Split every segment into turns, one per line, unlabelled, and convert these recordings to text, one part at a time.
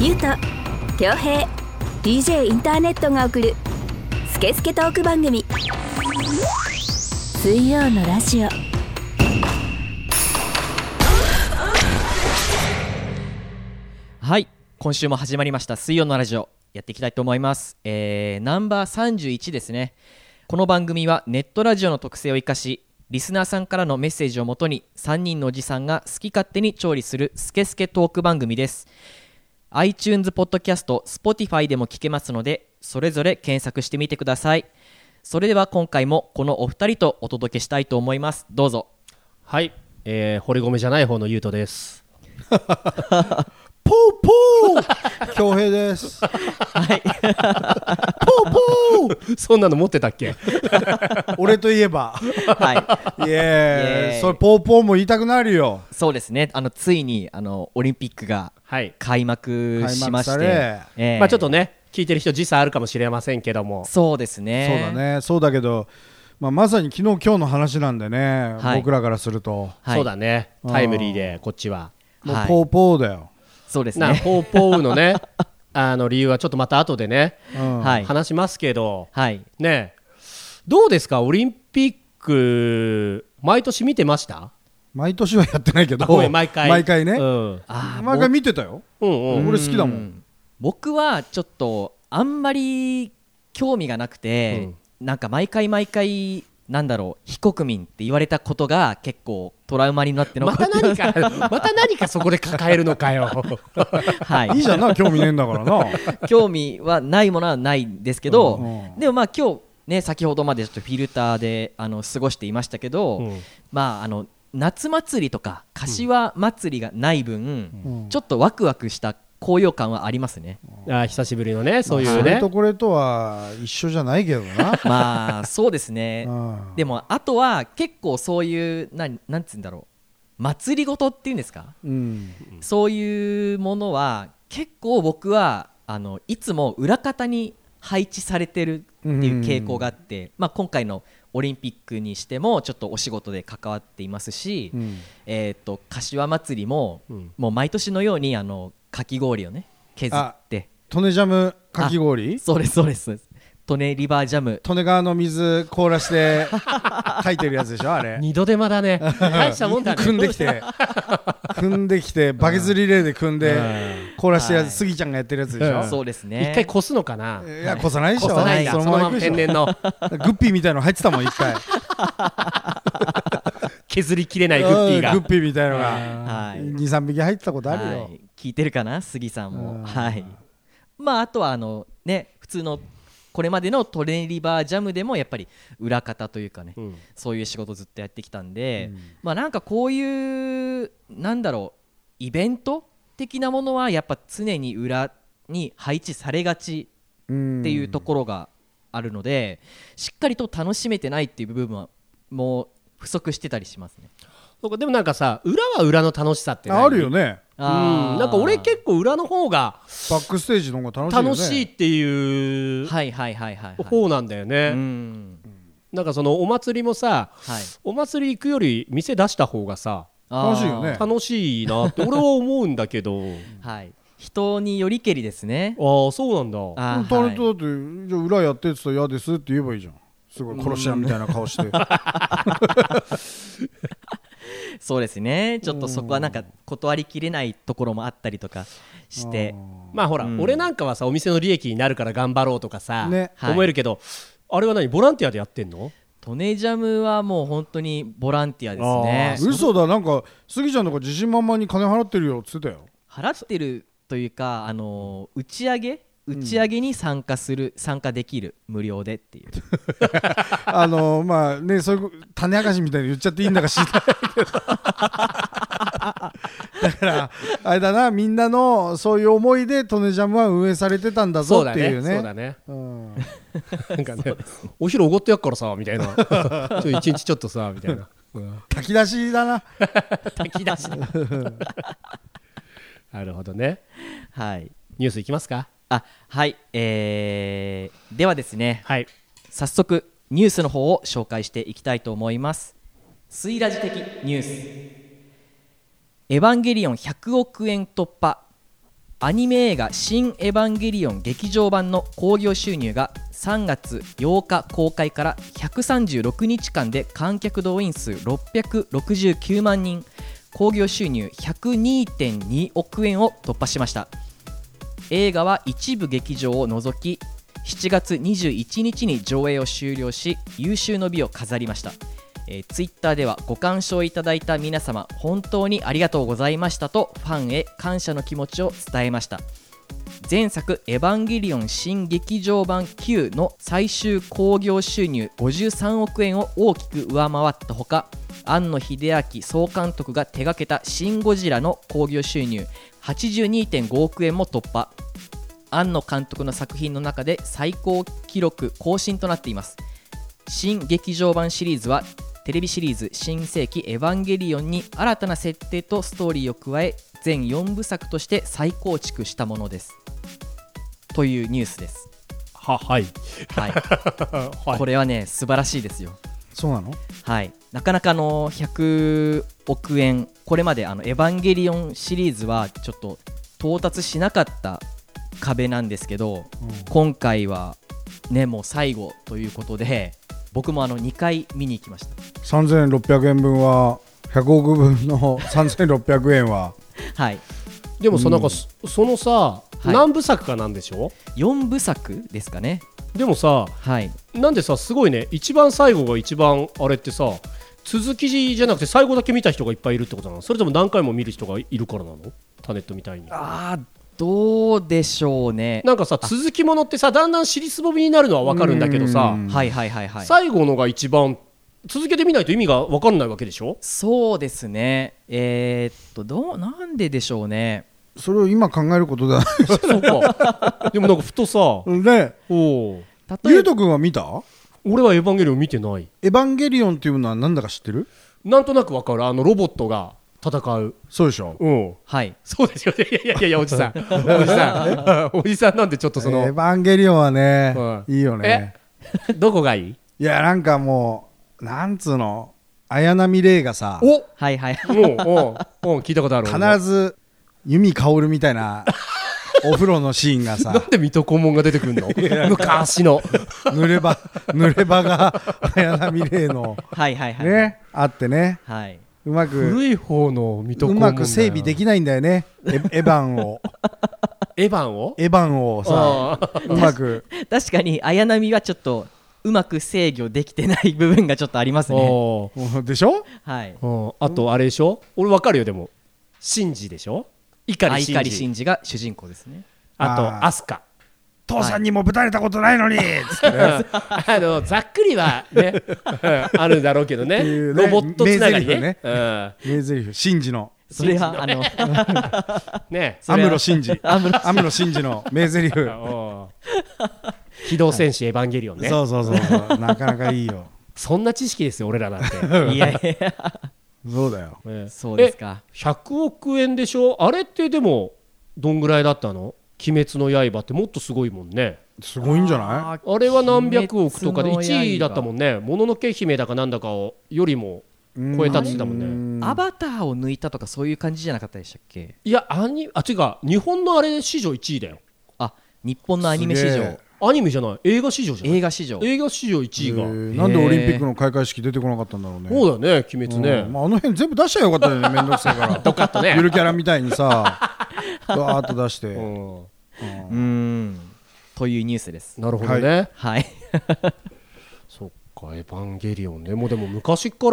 ゆうと恭平 DJ インターネットが送る「スケスケトーク番組」水曜のラジオ
はい今週も始まりました水曜のラジオやっていきたいと思いますえー、ナンバー31ですねこの番組はネットラジオの特性を生かしリスナーさんからのメッセージをもとに3人のおじさんが好き勝手に調理するスケスケトーク番組です iTunes ポッドキャスト Spotify でも聞けますのでそれぞれ検索してみてくださいそれでは今回もこのお二人とお届けしたいと思いますどうぞ
はい、えー、堀米じゃない方のゆうとです。
ポーポー恭平です。
おー そんなの持ってたっけ
俺といえ ば。
はい
イ
イエー
エー
イ
イ。それポーポーも言いたくなるよ。
そうですねあのついにあのオリンピックが
はい。
開幕しまして、
開幕され
ええ
まあちょっとね、聞いてる人時差あるかもしれませんけども。
そうですね
そうだね。そうだけど、まあまさに昨日今日の話なんでね。
はい
僕らからすると、
はい
そうだね。タイムリーで、こっちは。
もう
はい
ポーポーだよ。
そうです
な、
ね
ポーポーのね、 あの理由はちょっとまた後でね、
う ん
はい
話しますけど、
はい
ね、どうですか、オリンピック、毎年見てました
毎年はやってないけど。
ごめん毎回。
毎回ね。
うん。
あー
毎回見てたよ。
うんうん。
俺好きだも。
うんん僕はちょっとあんまり興味がなくて、なんか毎回毎回なんだろう非国民って言われたことが結構トラウマになって残
ま
って
た何か、また何かそこで抱えるのかよ。
はい
いいじゃんな、興味ねえんだからな。
興味はないものはないんですけど、
うん
でもまあ今日ね先ほどまでちょっとフィルターであの過ごしていましたけど、
うん
まああの夏祭りとか柏祭りがない分、
うん
ちょっとワクワクした高揚感はありますね、
あー久しぶりのね、そういう
それ
ね
と。これとは一緒じゃないけど な。
まあそうです ね、
うん
でもあとは結構そういうなんなんつうんだろう祭りごとっていうんですか、
うん。
そういうものは結構僕はあのいつも裏方に配置されてるっていう傾向があって、まあ、今回のオリンピックにしてもちょっとお仕事で関わっていますし、
うん
えー、と柏祭りも、
うん
もう毎年のようにあのかき氷をね削って
トネジャムかき氷
そうですそうですトネリバージャム
利根川の水凍らして 書いてるやつでしょあれ
二度手間だね。大したもんだね。
組んで きて組んできてバケツリレーで組んで
うん
凍らしてるや
はい
つスギちゃんがやってるやつでし
ん
そ
ょ
うですね
一回越すのかない
や越さないでし
越
ょ
さないんだ。
そ
その
のま
ま
ま行
ま
くで
天然
しょ
の
グッピーみたいの入ってたもん一回
削りきれないグッピーが。
うんグッピーみたいの
は
が
い
23匹入ってたことある
は
よ
い、聞いてるかな杉さんも
うん
はいまああとはあのね普通のこれまでのトレーリバージャムでもやっぱり裏方というかね、
うん
そういう仕事ずっとやってきたんで、まあなんかこういうなんだろうイベント的なものはやっぱ常に裏に配置されがち
うん
っていうところがあるので、しっかりと楽しめてないっていう部分はもう不足してたりしますね。
そうかでもなんかさ、裏は裏の楽しさってない
あるよ。ね
うん。
あー
なんか俺結構裏の方が
バックステージの方が楽しいよね
楽しいっていう
はいはいはいはい、はい、
方なんだよ
う
ね。
ん
なんかそのお祭りもさ、
はい、
お祭り行くより店出した方がさ、
楽しいよね
楽しいなって俺は思うんだけど。
あーはい、人によりけりですね。
ああ、そうなんだ。
あー
タレントだってじゃあ裏やってって言ったら嫌ですって言えばいいじゃんすごい殺し屋みたいな顔して
はいそうですね。ちょっとそこはなんか断りきれないところもあったりとかして、
まあほら、
うん
俺なんかはさお店の利益になるから頑張ろうとかさ、
ね
はい
思えるけど、あれは何ボランティアでやってんの
トネジャムはもう本当にボランティアですね。
嘘だなんかスギちゃんとか自信満々に金払ってるよっつってたよ
払ってるというか、あのー打ち上げ打ち上げに参加する、参加できる無料で っていう
あのまあねそういう種明かしみたいに言っちゃっていいんだか知らないけどだからあれだなみんなのそういう思いでトネジャムは運営されてたんだぞっていうね
そうだね
うん
なんかねお昼おごってやっからさみたいな ちょっと一日ちょっとさみたいな、うん
炊き出しだな
炊き出し。
なるほどね
はい。
ニュースいきますか
あ、はい。えー、ではですね。
はい
早速ニュースの方を紹介していきたいと思いますスイラジ的ニュース「エヴァンゲリオン100億円突破」アニメ映画「新エヴァンゲリオン劇場版」の興行収入が3月8日公開から136日間で観客動員数669万人興行収入102.2億円を突破しました映画は一部劇場を除き7月21日に上映を終了し優秀の美を飾りました、えー、ツイッターではご鑑賞いただいた皆様本当にありがとうございましたとファンへ感謝の気持ちを伝えました前作「エヴァンゲリオン新劇場版 Q」の最終興行収入53億円を大きく上回ったほか庵野秀明総監督が手掛けた「シン・ゴジラ」の興行収入82.5億円も突破庵野監督の作品の中で最高記録更新となっています新劇場版シリーズはテレビシリーズ「新世紀エヴァンゲリオン」に新たな設定とストーリーを加え全4部作として再構築したものですというニュースです、
ははい
はい、
は
これはね素晴らしいですよ
そうなの
はい、なかなかあの100億円、これまであのエヴァンゲリオンシリーズはちょっと到達しなかった壁なんですけど、今回はね、もう最後ということで、僕もあの2回見に行きました。
3600円分は100億分の3600円は
はい、
い、でもさなんか、そそのさ、
い
何部作かなんでしょ
4部作ですかね、
でもさ
はい、
なんでさすごいね一番最後が一番あれってさ続きじゃなくて最後だけ見た人がいっぱいいるってことなのそれとも何回も見る人がいるからなのタネットみたいに
あー、どうでしょうね、
なんかさ続きものってさだんだん尻すぼみになるのはわかるんだけどさ
うん
はいはいはいはい、
最後のが一番続けてみないと意味が分かんないわけでしょ
そうですね、えーっとどう、なんででしょうね。
それを今考えることだ
そうかでもなんかふとさお
ね
う
例えば
ゆうとくんは見た
俺は「エヴァンゲリオン」見てない
エヴァンゲリオンっていうのはなんだか知ってる
なんとなく分かるあのロボットが戦う
そうでしょ
うん
はい、
そうですよねいやいやいやおじさんおじさんおじさんなんでちょっとその
エヴァンゲリオンはね、
はい
いいよね
えどこがいい
いやなんかもうなんつうの綾波レイがさ
お
はいはいはい
もうおうおう聞いたことある俺も
必ず弓薫みたい なお風呂のシーンが
な
さ
んで水戸黄門が出てくるの昔の
濡れ場濡れ場が綾波レイの
はいはいはい、
ねあってね
はいう
まく
古い方の水戸
う
黄門
まく整備で
る
きないんだよねエエヴァンを
エヴァンを
エヴァンをさ
ああ
うまく
確かに綾波はちょっとうまく制御できてない部分がちょっとありますね
おう
でしょ
はい
うんあとあれでしょ俺わかるよでもシンジでしょ碇シ
碇
ンジ
真司が主人公ですね
あ
あー
とアスカ
父さんにもぶたれたことないのに つってね
あのざっくりはねあるだろうけどね
っていうね
ロボットつながりね
名台詞
うん
名台詞シンジの
それはあ の
ね
そ
ア
れは
ムロシンジアムロシンジの名台詞
おう 機動戦士エヴァンゲリオンね
そうそうそうそうなかなかいいよ
そんな知識ですよ俺 らなんて
いやいや
そうだよ
ええ
そうですか
え100億円でしょあれってでもどんぐらいだったの鬼滅の刃ってもっとすごいもんね
すごいんじゃない
あれは何百億とかで
鬼滅の刃
1位だったもんねもののけ姫だかなんだかをよりも超えたって言ってたもんね
うん
アバターを抜いたとかそういう感じじゃなかったでしたっけ
いやアニあ違う日本のあれ史上1位だよ
あ日本のアニメ史
すげ
上
え
アニメじゃない映画史上じゃない
映画史上
映画史上1
へ
位が
ーなんでオリンピックの開会式出てこなかったんだろうね
そうだよね鬼滅
うん
ね
まあ、あの辺全部出しちゃえばよかったよねめんどくさいから
かったね
ゆるキャラみたいにさわーっと出して、
うん
うーんというニュースです
なるほどね
はい
そっかエヴァンゲリオンねもうでも昔からあ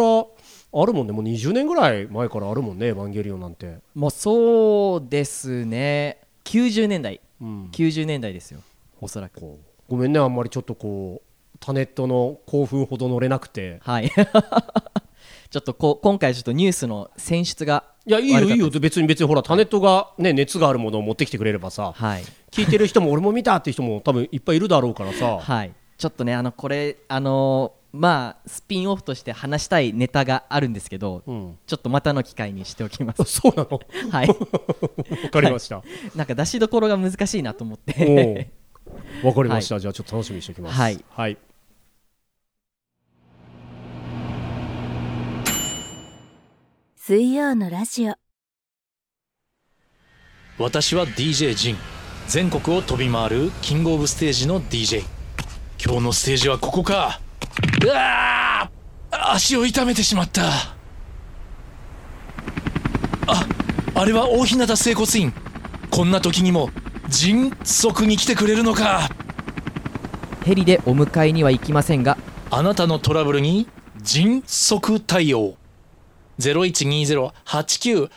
るもんねもう20年ぐらい前からあるもんねエヴァンゲリオンなんて
もうそうですね90年代
うん
90年代ですよおそらく
こうごめんねあんまりちょっとこうタネットの興奮ほど乗れなくて
はい。 ちょっとこ今回ちょっとニュースの選出が
いやいいよ
悪かった
いいよ別に別にほらタネットがね熱があるものを持ってきてくれればさ
はい
聞いてる人も俺も見たっていう人も多分いっぱいいるだろうからさ
はいちょっとねあのこれあのーまあスピンオフとして話したいネタがあるんですけど、
うん。
ちょっとまたの機会にしておきます
そうなの
はい。
わかりました
なんか出しどころが難しいなと思っ
おう
て。
わかりましたじゃあちょっと楽しみにしておきます
はい
はい
水曜のラジオ
私は DJ ジン全国を飛び回るキングオブステージの DJ 今日のステージはここかうわあ足を痛めてしまったああれは大日向整骨院こんな時にも迅速に来てくれるのか
ヘリでお迎えには行きませんが
あなたのトラブルに迅速対応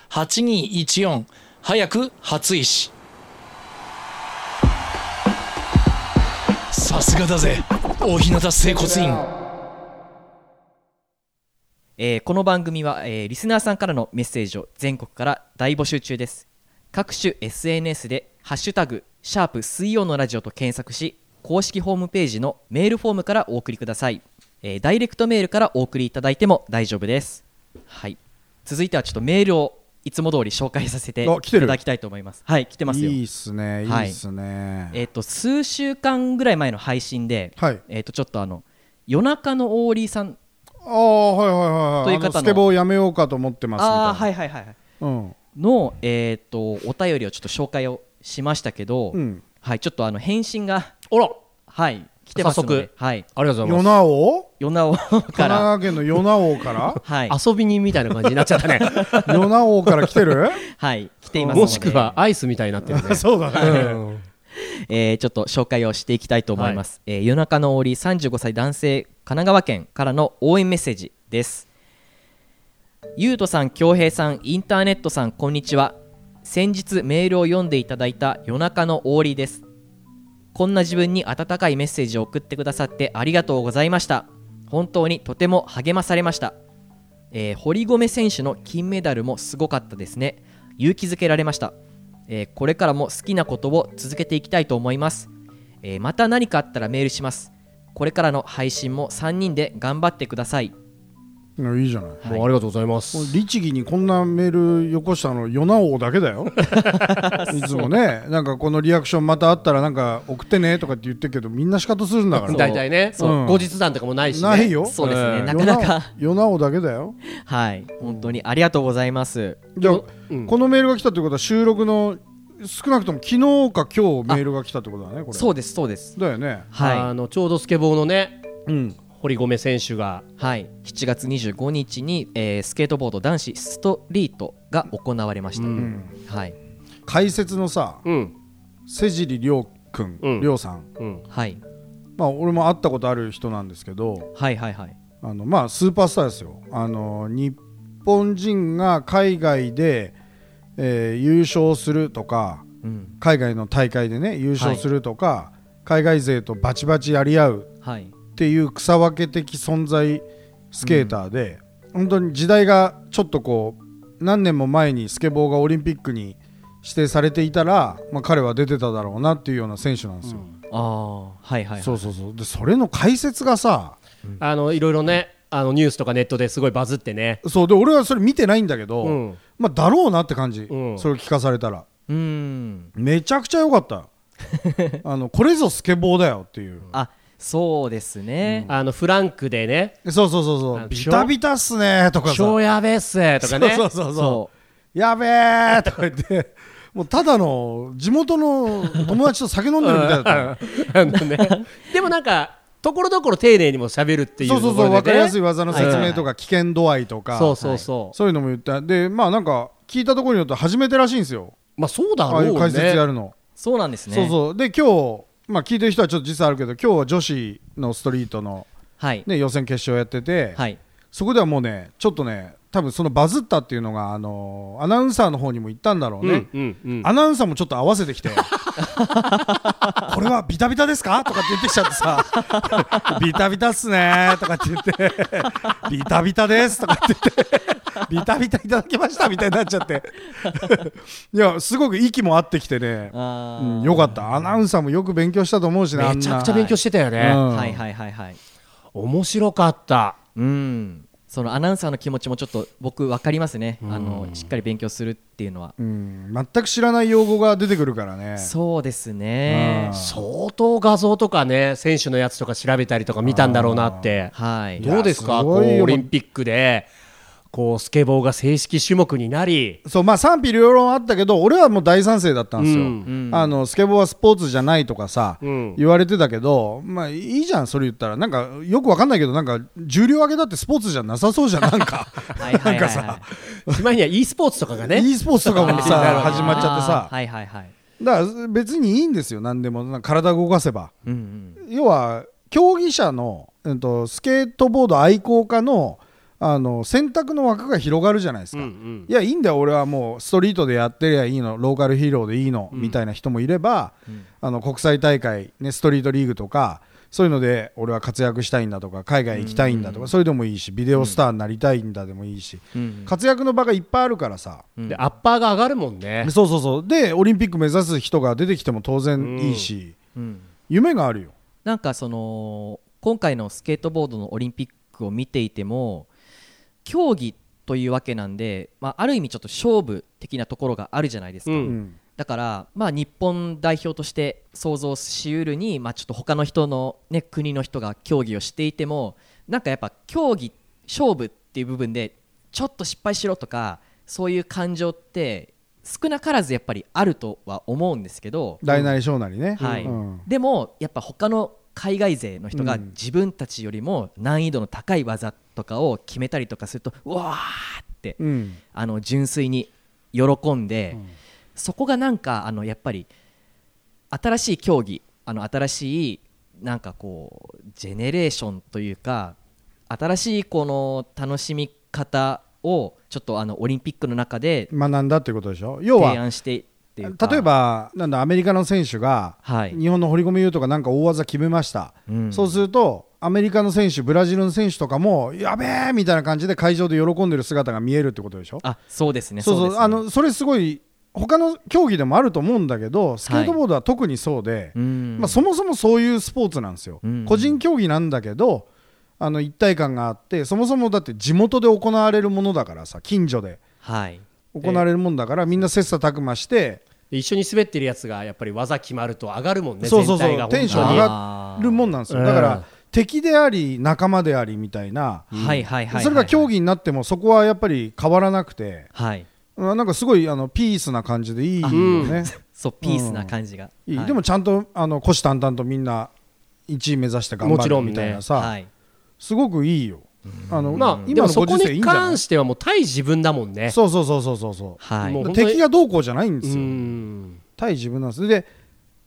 0120-89-8214早く初石さすがだぜ大日向整骨院
えーこの番組は、えーリスナーさんからのメッセージを全国から大募集中です各種 SNS で「ハッシュタグシャープ水曜のラジオ」と検索し公式ホームページのメールフォームからお送りください、えーダイレクトメールからお送りいただいても大丈夫ですはい続いてはちょっとメールをいつも通り紹介させてい
あ来てる
ただきたいと思いますはい来てますよ
いいっすねい
はい
いっすね、
えっ、と数週間ぐらい前の配信で、
はい
えっ、とちょっとあの夜中のオーリーさん
ああはいはいはい
と
はいいうあ
方
の
の
スケボーやめようかと思ってますみたいな
あーはいはいはいはい
うん
の、えー、とお便りをちょっと紹介をしましたけど、
うん
はい、ちょっとあの返信が、
あら
はい、来てますの
早
で
速、
はい、
ありがとうござ
与
いま
那王
夜なお
神
か
奈
ら、
川県の与那王から
はい
す遊び人みたいな感じになっちゃった ね
与那王から来てる
はい、来ていますので
もしくは、アイスみたいになって るね
そうだね
うん
えーちょっと紹介をしていきたいと思います、えー夜中の折35歳男性神奈川県からの応援メッセージですゆうとさん恭平さんインターネットさんこんにちは先日メールを読んでいただいた夜中の折ですこんな自分に温かいメッセージを送ってくださってありがとうございました本当にとても励まされました、えー堀米選手の金メダルもすごかったですね勇気づけられましたえーこれからも好きなことを続けていきたいと思います、えーまた何かあったらメールしますこれからの配信も3人で頑張ってください
いいじゃない
もうありがとうございます
もう律儀にこんなメールよこしたの与那王だけだ よいつもねなんかこのリアクションまたあったらなんか送ってねとかって言ってるけどみんな仕方するん だから
大体ね
そう
うん後日談とかもないしね
ないよ
そうですね
ん
なかなか
与那王だけだよ
はい本当にありがとうございます
じゃあ、
うん
このメールが来たってことは収録の少なくとも昨日か今日メールが来たってことだねこれ
そうですそうです
だよね
は
あのちょうどスケボーのね
うん
堀米選手が
い、はい、7月25日に、えースケートボード男子ストリートが行われました、はい
解説のさ
うん
瀬尻亮君
うん
亮さん
うん
はい
まあ俺も会ったことある人なんですけど
はいはいはい
あのまあスーパースターですよあの日本人が海外で、えー優勝するとか
うん
海外の大会でね優勝するとか、海外勢とバチバチやり合う
はい
っていう草分け的存在スケーターで、本当に時代がちょっとこう何年も前にスケボーがオリンピックに指定されていたら、まあ、彼は出てただろうなっていうような選手なんですよ。
ああはいはい
そ
は
うそうそうでそれの解説がさ
あのいろいろねあのニュースとかネットですごいバズってね
そうで俺はそれ見てないんだけど、
うん
まあ、だろうなって感じ、
うん
それを聞かされたら
いうーん
めちゃくちゃ良 かったよあのこれぞスケボーだよっていう
あそうですね、
あのフランクでね
そうそうそうそ
あ
うビタビタっすねとかさ
超やべえっすねとかね
そうそうそうそう
そう
やべえとか言って、もうただの地元の友達と酒飲んでるみたいだっ たの。
あのね でもなんかところどころ丁寧にも喋るっていう
そうそうそう、分かりやすい技の説明と
か
か、危険度合いとか、
そうそうそう
そういうのも言った。で、まあなんか、聞いたところによって初めてらしいんですよ、
まあそうだ
あ
ろ
あいうう
ね
解説やるの。
そうなんですね
そうそう。で、今日、まあ聞いてる人はちょっと実際あるけど、今日は女子のストリートの、
はい、
ね、予選決勝やってて、
はい
そこではもうね、ちょっとね、多分そのバズったっていうのが、あのアナウンサーの方にも行ったんだろう
う
ね。
んうんうん
アナウンサーもちょっと合わせ てきてこれはビタビタですかとかって言ってきちゃってさ ビタビタっすねとかって言ってビタビタですとかって言ってビタビタいただきましたみたいになっちゃって いやすごく息も合ってきてね、
あ
う
ー
ん、よかったアナウンサーもよく勉強したと思うしね
めちゃくちゃ
あんな
勉強してたよ
う
ね
ん
はいはいはいはい
面白かった
うんそのアナウンサーの気持ちもちょっと僕分かりますねあのしっかり勉強するっていうのは、
うん全く知らない用語が出てくるからね
そうですね
うん
相当画像とかね選手のやつとか調べたりとか見たんだろうなって
はい
や
どうですか
す
こ
ごいうよ
オリンピックでこうスケボーが正式種目になり
そうまあ賛否両論あったけど俺はもう大賛成だったんですよ、
うん
あのスケボーはスポーツじゃないとかさ、
うん
言われてたけどまあいいじゃんそれ言ったらなんかよくわかんないけどなんか重量上げだってスポーツじゃなさそうじゃんなんか
はいはいはいはい
なんかさ
し まいには e スポーツとかがね
e スポーツとかも さ
あー
始まっちゃって
あ
さ
ーはいはいはい
だから別にいいんですよ何でもなんか体動かせば
うんうん
要は競技者の、うん、とスケートボード愛好家のあの選択の枠が広がるじゃないですか、
うん
いやいいんだよ俺はもうストリートでやってりゃいいのローカルヒーローでいいの、みたいな人もいれば、あの国際大会、ね、ストリートリーグとかそういうので俺は活躍したいんだとか海外行きたいんだとか、それでもいいしビデオスターになりたいんだでもいいし、
うん
活躍の場がいっぱいあるからさ、
うんでアッパーが上がるもんね
そうそうそうでオリンピック目指す人が出てきても当然いいし、
うん
夢があるよ。
なんかその今回のスケートボードのオリンピックを見ていても競技というわけなんで、まあ、ある意味ちょっと勝負的なところがあるじゃないですか、
うん
うん
だから、まあ、日本代表として想像しうるに、まあ、ちょっと他の人の、ね、国の人が競技をしていてもなんかやっぱ競技勝負っていう部分でちょっと失敗しろとかそういう感情って少なからずやっぱりあるとは思うんですけど、
大なり小なりね、
はい
うん
でもやっぱ他の海外勢の人が
うん
自分たちよりも難易度の高い技とかを決めたりとかするとうわーって
うん
あの純粋に喜んで、そこがなんかあのやっぱり新しい競技あの新しいなんかこうジェネレーションというか新しいこの楽しみ方をちょっとあのオリンピックの中で
学んだってことでしょ要
提
は
案してっていうか
例え、ばなんだアメリカの選手が
はい
日本の堀米雄斗がなんか大技決めました、
うん
そうするとアメリカの選手ブラジルの選手とかもやべえみたいな感じで会場で喜んでる姿が見えるってことでしょ
あそうですね
そうそう
ですね
あのそれすごい他の競技でもあると思うんだけどスケートボードは特にそうで、
うん
まあ、そもそもそういうスポーツなんですよ、
うん
個人競技なんだけどあの一体感があってそもそもだって地元で行われるものだからさ近所で
はい
行われるもんだからみんな切磋琢磨して
で一緒に滑ってるやつがやっぱり技決まると上がるもんね
そうそうそ
全
う
体が本当に
テンション上
あ
が
ー
るもんなんです
う
よ
ん
だから敵であり仲間でありみたいな
はいはいはい
それが競技になってもそこはやっぱり変わらなくて
はい
うんなんかすごいあのピースな感じでいいよね
そうピースな感じが、
いい
はい
でもちゃんとあの虎視眈々とみんな1位目指して頑
も
張
ちろ
る
んね
みたいなさ
はい
すごくいいよあの
まあで
今
も
の
そ
ご
こ
時世い
に
いんじゃな
関
い
してはもう対自分だもんね
そうそうそうそうそうそう
はい
もう本当に
敵がどうこうじゃないん
う
ですよ
ん
対自分なんですで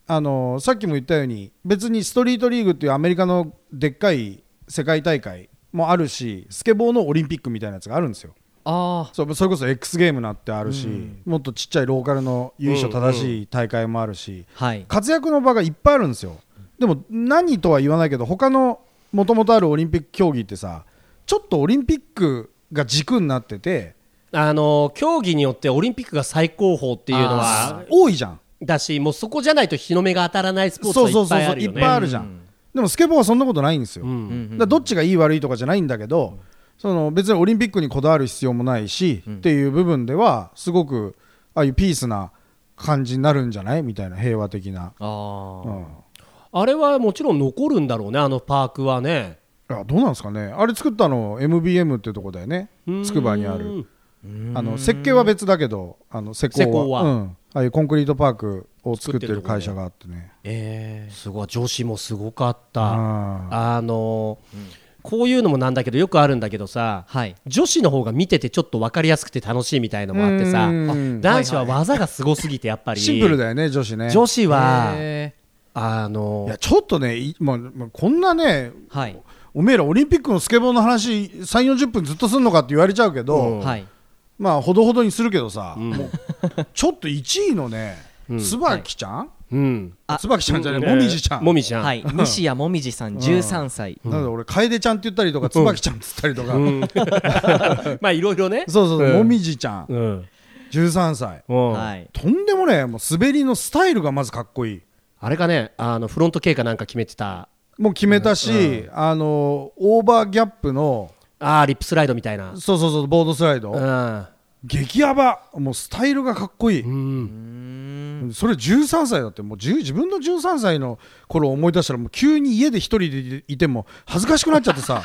あのさっきも言ったように別にストリートリーグっていうアメリカのでっかい世界大会もあるしスケボーのオリンピックみたいなやつがあるんですよ
あ
そうそれこそ X ゲームなってあるし、もっとちっちゃいローカルの由緒正しい大会もあるし、
あはい
活躍の場がいっぱいあるんですよでも何とは言わないけど他のもともとあるオリンピック競技ってさちょっとオリンピックが軸になってて
あの競技によってオリンピックが最高峰っていうのは
多いじゃん
だしもうそこじゃないと日の目が当たらないスポーツ
そう
が
そ
いうっ
そ
ぱ
う
い
そ
あ
う
る
い
よ
っ
ね
ぱいあるじゃん、でもスケボーはそんなことないんですよ、
うん
だからどっちがいい悪いとかじゃないんだけど、その別にオリンピックにこだわる必要もないし、っていう部分ではすごくああいうピースな感じになるんじゃないみたいな平和的な、
あー、
うん、
あれはもちろん残るんだろうねあのパークはね
いやどうなんですかねあれ作ったの MBM っていうとこだよね
うん
つくばにあるあの設計は別だけどあの施工は
施工は
うん、ああいうコンクリートパークを作ってる会社があってね
え
すごい女子もすごかった
ああ
あのこういうのもなんだけどよくあるんだけどさ
ー、はい
女子の方が見ててちょっと分かりやすくて楽しいみたいのもあってさ
うん
男子は技がすごすぎてやっぱり
シンプルだよね女子ね
女子は
え
あの
いやちょっとねい、まあまあ、こんなね
ーはい
おめえらオリンピックのスケボーの話3 4 0分ずっとすんのかって言われちゃうけど、
うん
はい
まあほどほどにするけどさ、
うん
もうちょっと1位のね、
うん
椿ちゃん、
うん
あ
椿ちゃんじゃない、
えー
もみじちゃん、
もみじちゃん
はい西矢椛さん13歳
なんだ俺楓ちゃんって言ったりとか椿ちゃんって言ったりとか、
うん まあいろいろね
そうそうそう、
ん
もみじちゃん
うん
13歳
うん
はい
とんでもねえもう滑りのスタイルがまずかっこいい
あれがねあのフロント K かなんか決めてた
もう決めたし、あのオーバーギャップの
あーリップスライドみたいな
そうそうそうボードスライド、
うん
激ヤバもうスタイルがかっこいい、
うん
うーんん
それ13歳だってもう10自分の13歳の頃を思い出したらもう急に家で一人でいても恥ずかしくなっちゃっ てさ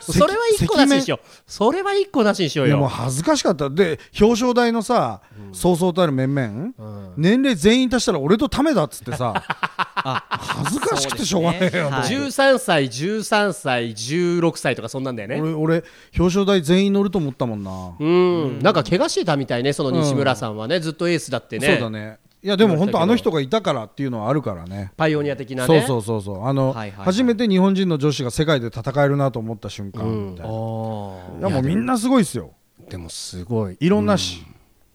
それは一個なしにし
よ
ようそれは一個なしにしよう
いやもう
よ
恥ずかしかったで表彰台のさ、そうそうたる面々、
うん
年齢全員足したら俺とためだっつってさ
あ
恥ずかしくてしょうがねえよ、
はい
13歳13歳16歳とかそんなんだよね
俺俺表彰台全員乗ると思ったもんな、
うんなんか怪我してたみたいねその西村さんはねずっとエースだって
そう
ね
だねいやでも本当
言
あ
いま
の
したけ
人がいたからっていうのはあるからね
パイオニア的な
そう
ね
そうそうそうあの、
はいはいはい
初めて日本人の女子が世界で戦えるなと思った瞬間みたいな、い
お
やもうみんなすごいですよ
でもすごい
いろんなし、だか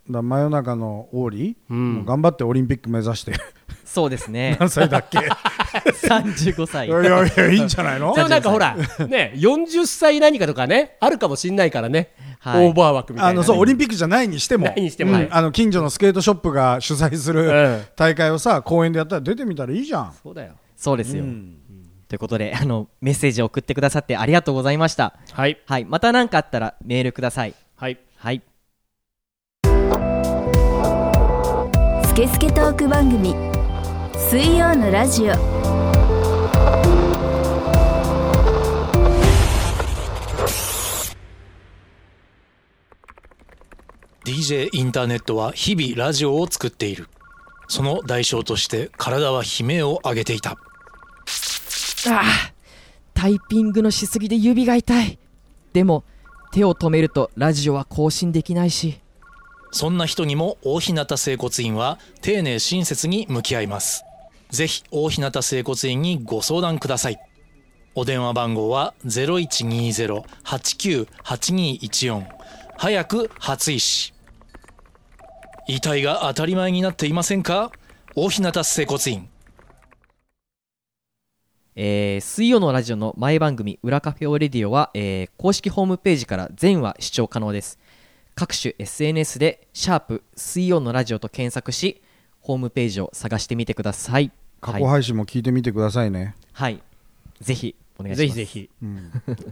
ら真夜中のオーリー、
ん
もう頑張ってオリンピック目指して
そうですね
何歳だっけい
35歳
やいやいやいいんじゃないの
でもなんかほらね40歳何かとかねあるかもしんないからねオ
はい
ーバー枠みたい
あ
な
のそうオリンピックじゃないにしても
ないにしても
うん
はい
あの近所のスケートショップが主催す
うん
る大会をさ公園でやったら出てみたらいいじゃん。
そうだよ
そうですよ、ということであのメッセージを送ってくださってありがとうございました
はい
はいまた何かあったらメールください
はい
はい
スケスケトーク番組水曜のラジオ
「DJ インターネット」は日々ラジオを作っているその代償として体は悲鳴を上げていた
タイピングのしすぎで指が痛いでも手を止めるとラジオは更新できないし
そんな人にも大日向整骨院は丁寧親切に向き合います。ぜひ大日向整骨院にご相談ください。お電話番号は0120-89-8214早く初医師。遺体が当たり前になっていませんか大日向整骨院。
えー水曜のラジオの前番組「裏カフェオレディオは」えー公式ホームページから全話視聴可能です各種 SNS で「シャープ水曜のラジオ」と検索しホームページを探してみてください
過
はい
去配信も聞いてみてくださいね。
はい、ぜひお願いします
ぜひぜひ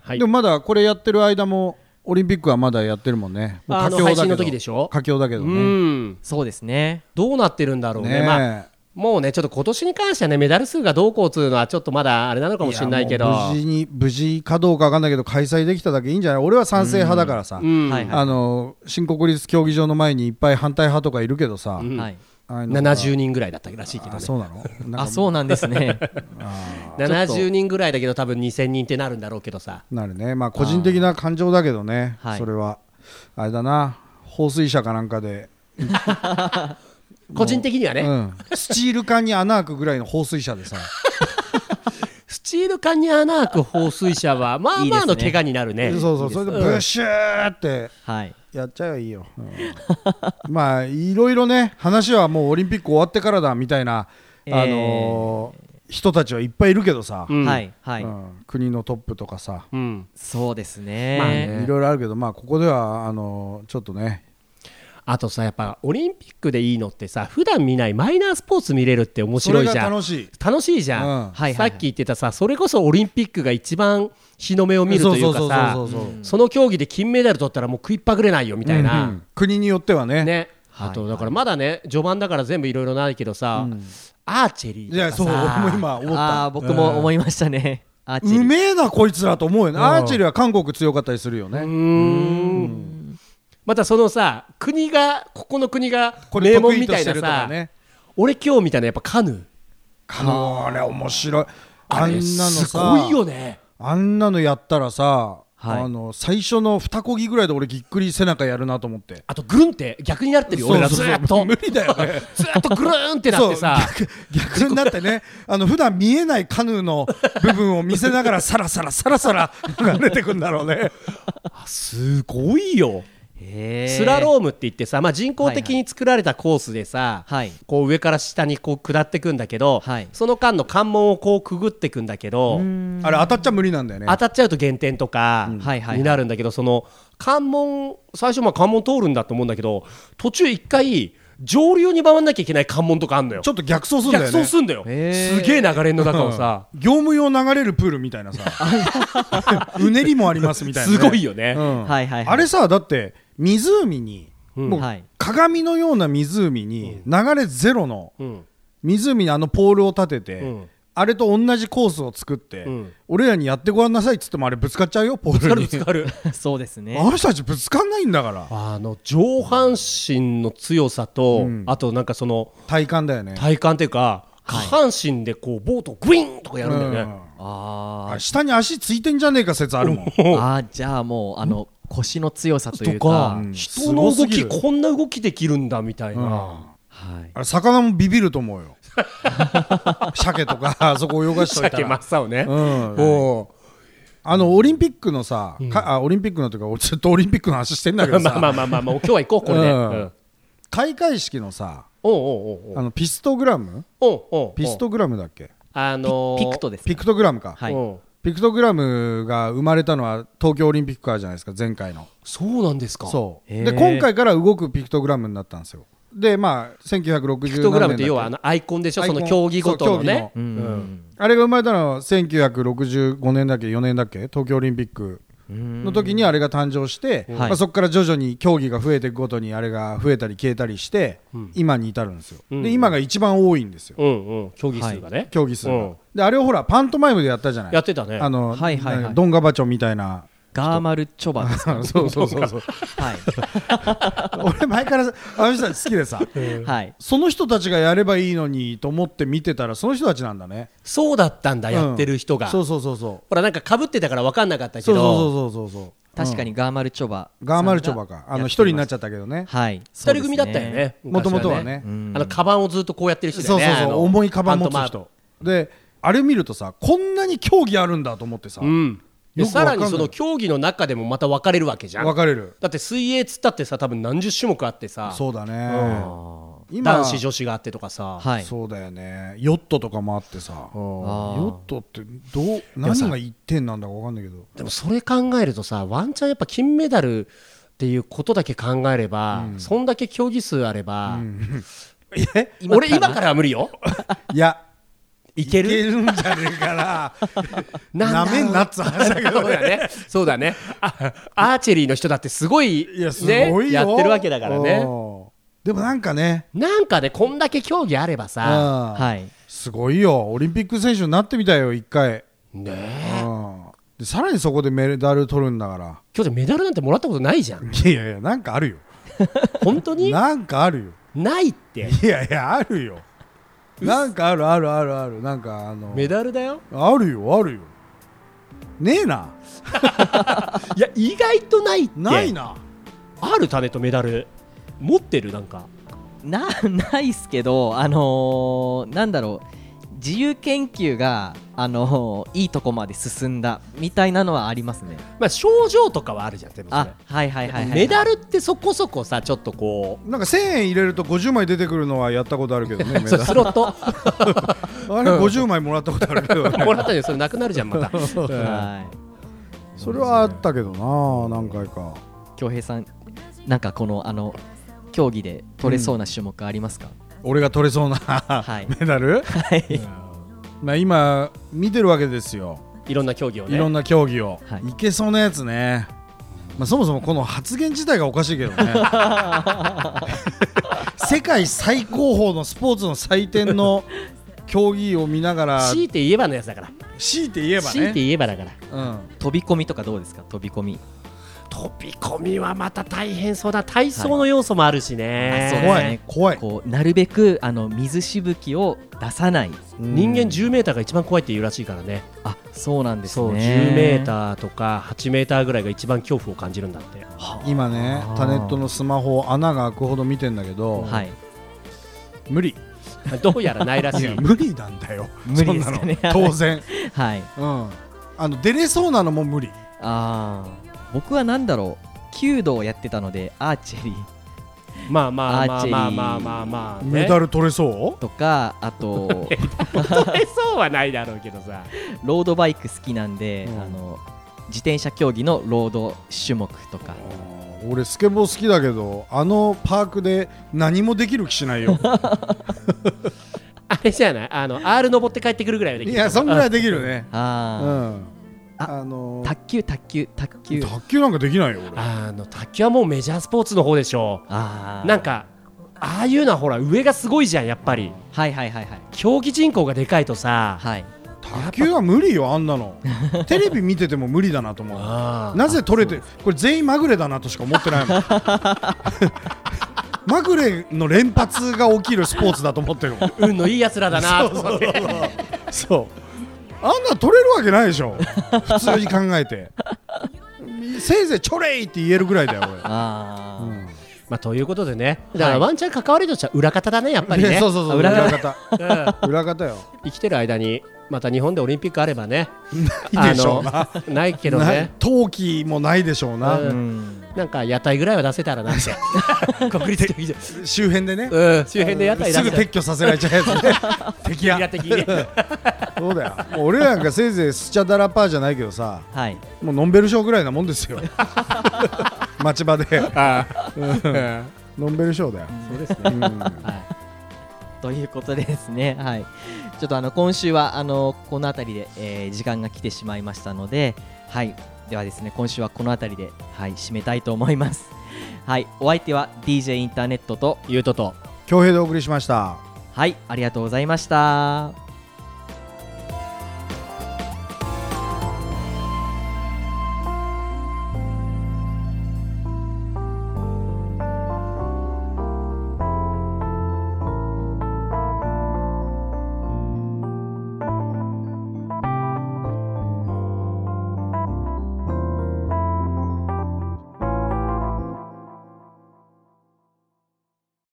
はい
でもまだこれやってる間もオリンピックはまだやってるもんね。もう
あ
佳
の
境だけど
配信の時でしょ
佳境だけ
う
どね。
ん
そうですね
どうなってるんだろうね
ねえ
まあもうね、ちょっと今年に関してはね、メダル数がどうこうというのは、ちょっとまだあれなのかもしれないけど、
やもう無事に無事かどうかわかんないけど開催できただけいいんじゃない。俺は賛成派だからさ。
うん
はいは
あの新国立競技場の前にいっぱい反対派とかいるけどさ、
うん
い、はい、
あの
70人ぐらいだったらしいけど
あ
ね、
そうなのなんか
あそうなんですね
70人ぐらいだけど、多分2000人ってなるんだろうけどさ、
なるね、まあ、個人的な感情だけどね、
はい
それは、あれだな、放水車かなんかで、
個人的には
う
ね、
ん、スチール缶に穴開くぐらいの放水車でさ、
スチール缶に穴開く放水車 は、まあまあの
いいですね
怪我になるね、
そうそう、それでブッシューって
はい
やっちゃえばいいよ、うん まあ、いろいろね、話はもうオリンピック終わってからだみたいな、
えー
あのー人たちはいっぱいいるけどさ、
うん
はいはい、
うん国のトップとかさ、
うん
そうですね,、
まあね
いろいろあるけど、まあ、ここではあのーちょっとね、
あとさ、やっぱオリンピックでいいのってさ、普段見ないマイナースポーツ見れるって面
そ
白
れ
い
が
じゃん。
楽しい。
楽しいじゃん、
うん
はいはいはい
さっき言ってたさそれこそオリンピックが一番日の目を見るというかさ
そうそうそうそうそう
その競技で金メダル取ったらもう食いっぱぐれないよみたいな、
うん国によってはね。
ね
はい
あとだからまだね序盤だから全部いろいろないけどさ、アーチェリー
い
とか
や
さ
そう俺も今思った
あー僕も思いましたね、アーチェリ
う
ー
めえなこいつらと思うよねアーチェリーは韓国強かったりするよ
う
ね
ーんまたそのさ国がここの国が
これ
名
得
門み
意と
た
し
い
て
な
るとか
さ、
ね
俺今日みたいなやっぱカヌー
これ面白いあんなの
す
さ
ごいよね
あんなのやったらさ
はい
あの最初の二こぎぐらいで俺ぎっくり背中やるなと 思って
あとグルンって逆になってるよ俺らずーっ
そうそうそ
と
う無理だよね
ずーっとグルーンってなってさ
そう逆逆になってねあの普段見えないカヌーの部分を見せながらさらさらさらさら流れてくんだろうね
すごいよ
へー
スラロームって言ってさ、まあ、人工的に作られたコースでさ、
はい
こう上から下にこう下ってくんだけど、
はい
その間の関門をこうくぐってくんだけど
あれ当たっちゃ無理なんだよね
当たっちゃうと減点とか
んはいはいはい
になるんだけどその関門最初まあ関門通るんだと思うんだけど途中一回上流に回んなきゃいけない関門とかあんのよ
ちょっと逆走するんだよ
逆
ね
走すんだよ
へー
すげえ流れの中をさ、
うん 業務用流れるプールみたい なさうねりもありますみたいなね、
すごいよね、
うん
はいはいはい
あれさだって湖に
うん
もう
はい
鏡のような湖に流れゼロの
うん
湖にあのポールを立てて、
うん
あれと同じコースを作って、
うん
俺らにやってごらんなさいっつってもあれぶつかっちゃうよポールに
つかる
そうですね
あの人たちぶつかんないんだから
あの上半身の強さと、
うん
あとなんかその
体感だよね
体幹っていうか下半身でこうボートをグイーンとかやるんだよね、
うん
あ
あ下に足ついてんじゃねえか説あるも ん
ーあーじゃあもうあの腰の強さという
と
か
か、
うん
人の
すご
動
すぎ
き
る
こんな動きできるんだみたい
うん
な、
はい
あれ魚もビビると思 うよ鮭とかあそこ泳がしといた
鮭真
ら、
っ青ね、
うん
おう
あのオリンピックのさ、かあオリンピックのというかちょっとオリンピックの話してんだけどさ
まあまあまあまあ、まあ、今日は行こうこれで、う
うん
ん
開会式のさ
おうおうおうお
あ
う
のピストグラム
おうおう
ピストグラムだっけ
あのー、
ピクトです
ピ
か
クトグラムか、
はい
うん
ピクトグラムが生まれたのは東京オリンピックからじゃないですか前回の
そうなんですか
そう
へー
で今回から動くピクトグラムになったんですよでまあ
ピ
1960年
クトグラムって要はあのアイコンでしょ
アイコ
そ
ン
の競技ごとのね
う
うんん
あれが生まれたのは1965年だっけ4年だっけ東京オリンピックの時にあれが誕生して、
ん
ま
はい
あ、そこから徐々に競技が増えていくごとにあれが増えたり消えたりして、
うん
今に至るんですよ、
うん
で今が一番多いんですよ、
うんうん競技数がね、
競技数が、
うん
であれをほらパントマイムでやったじゃない
やってたね
あの、
はいはいはい
なんかドンガバチョみたいな
ガーマルチョバですか
そうそうそうそう
はい
俺前からあの人たち好きでさ
はい
その人たちがやればいいのにと思って見てたらその人たちなんだね
そうだったんだ、
うん
やってる人が
そうそうそうそう
ほらなんかかぶってたから分かんなかったけ
そう
ど
そうそうそうそう
確かにガーマルチョバ
うんガーマルチョバかあの一人になっち
ゃ
ゃったけどね
はい
二人組だったよね
もともとは
昔
ね
うん
あのカバンをずっとこうやってる人だ
そ
よ
う
ね
そうそ
あ
う
の
重いカバン持
パ
つ
ント
人であれ見るとさこんなに競技あるんだと思ってさ
マうんで
よくわ
さ
からんない
にその競技の中でもまた分かれるわけじゃん
分かれる
だって水泳っつったってさ多分何十種目あってさ
そうだね
男子女子があってとかさ、
はい
そうだよねヨットとかもあってさ
うん
あー
ヨットってどう
もさ
何が一点なんだか分かんないけど
でもそれ考えるとさワンチャンやっぱ金メダルっていうことだけ考えれば、そんだけ競技数あれば、
え
今俺今からは無理 よ
いや
いけ
い
る
けるんじゃねえか な
なだ
なん
ろう
めんなっつう話だけど
そうだね そうだねあアーチェリーの人だってすごい
いやすごい
ねや
よ、
ってるわけだからね
うんでもなんかね
なんかねこんだけ競技あればさ、
うん
はい
すごいよオリンピック選手になってみたいよ一回
ねえ
うんでさらにそこでメダル取るんだから
今日でメダルなんてもらったことない じゃん
いやいやいやなんかあるよ
本当に
なんかあるよ
ないって
いやいやあるよなんかあるあるあるあるなんかあの
メダルだよ
あるよあるよねえない
や意外とないって
ないな
ある種とメダル持ってるなんか
な ないっすけどあのーなんだろう自由研究があのーいいとこまで進んだみたいなのはありますね
まあ症状とかはあるじゃんでもそれ
あはいはいはいはい
メダルってそこそこさちょっとこ
なんか1000円入れると50枚出てくるのはやったことあるけどね
う
メ
そ
ダ
う
ル
スロット
あれ50枚もらったことある けどね
もらったよそれなくなるじゃんまた
はい
それはあったけどな何回か
恭平さんなんかこのあの競技で取れそうな種目ありますか、
俺が取れそうな
い
メダル
はい
まあ今見てるわけですよ
いろんな競技をね
いろんな競技を、
はい
い、けそうなやつね、まあ、そもそもこの発言自体がおかしいけどね世界最高峰のスポーツの祭典の競技を見ながら
強いて言えばのやつだから
強いて言えば
強いて
ね、
言えばだから
うん、
飛び込みとかどうですか飛び込み
飛び込みはまた大変そうだ体操の要素もあるしね、
はいあそう
怖
です
い
ね
怖い
こうなるべくあの水しぶきを出さない
人間 10m が一番怖いっていうらしいからね
あそうなんですね
そう 10m とか 8m ぐらいが一番恐怖を感じるんだって
今ねタネットのスマホ穴が開くほど見てんだけど、
はい
無理
どうやらないらし
い
い
や無理なんだよ
無理ですかね
そんなの当然、
はい
うん、あの出れそうなのも無理
あー僕は何だろう弓道をやってたのでアーチェリー
まあまあま
アー
あ
チェリ
まあ
ー
まあまあまあ、ね、
メダル取れそう
とかあと
取れ そうはないだろうけどさ
ロードバイク好きなんで、
うん
あの自転車競技のロード種目とか
あー俺スケボー好きだけどあのパークで何もできる気しないよ
あれじゃないあの R 登って帰ってくるぐらいはでき
い
る
やそんぐらいできるね
あ
う
ー、
んあの
卓球卓球卓球
卓球なんかできないよ俺
あの卓球はもうメジャースポーツの方でしょ
あ
う
ー
なんかああいうのはほら上がすごいじゃんやっぱり
はいはいはいはい
競技人口がでかいとさ
はい
卓球は無理よあんなの テレビ見てても無理だなと思う
あ
なぜ取れてこれ全員まぐれだなとしか思ってな いもんまぐれの連発が起きるスポーツだと思ってるもん
運のいいやつらだなと思って
そうあんな取れるわけないでしょ普通に考えてせいぜいちょれいって言えるぐらいだよ
あー
まあということでねだからワンチャン関わりとしては裏方だねやっぱ
俺、
りね
ね そうそうそう
裏
裏
方
方
うん
裏 方よ
生きてる間にまた日本でオリンピックあれば ね
いいでしょうな
あのないけど
ない
ね
陶器もないでしょうな、
うん
うん
なんか屋台ぐらいは出せたらなって 国立競技場
周辺でね、
うん周辺で屋台出
すぐ
せたら
撤去させられちゃうやつ ね
ゲ
敵
リラ
や
的にね
そうだよもう俺らなんかせいぜいスチャダラパーじゃないけどさ
はい
もうのんべる賞ぐらいなもんです よ町場でうんのんべる賞だよ
そうですね
うん
ということでですね、はい、ちょっとあの今週はあのこの辺りで、えー時間が来てしまいましたので、はい、ではですね今週はこの辺りで、はい、締めたいと思います。はい、お相手は DJ インターネットと
ゆうとと
恭平でお送りしました
はいありがとうございました。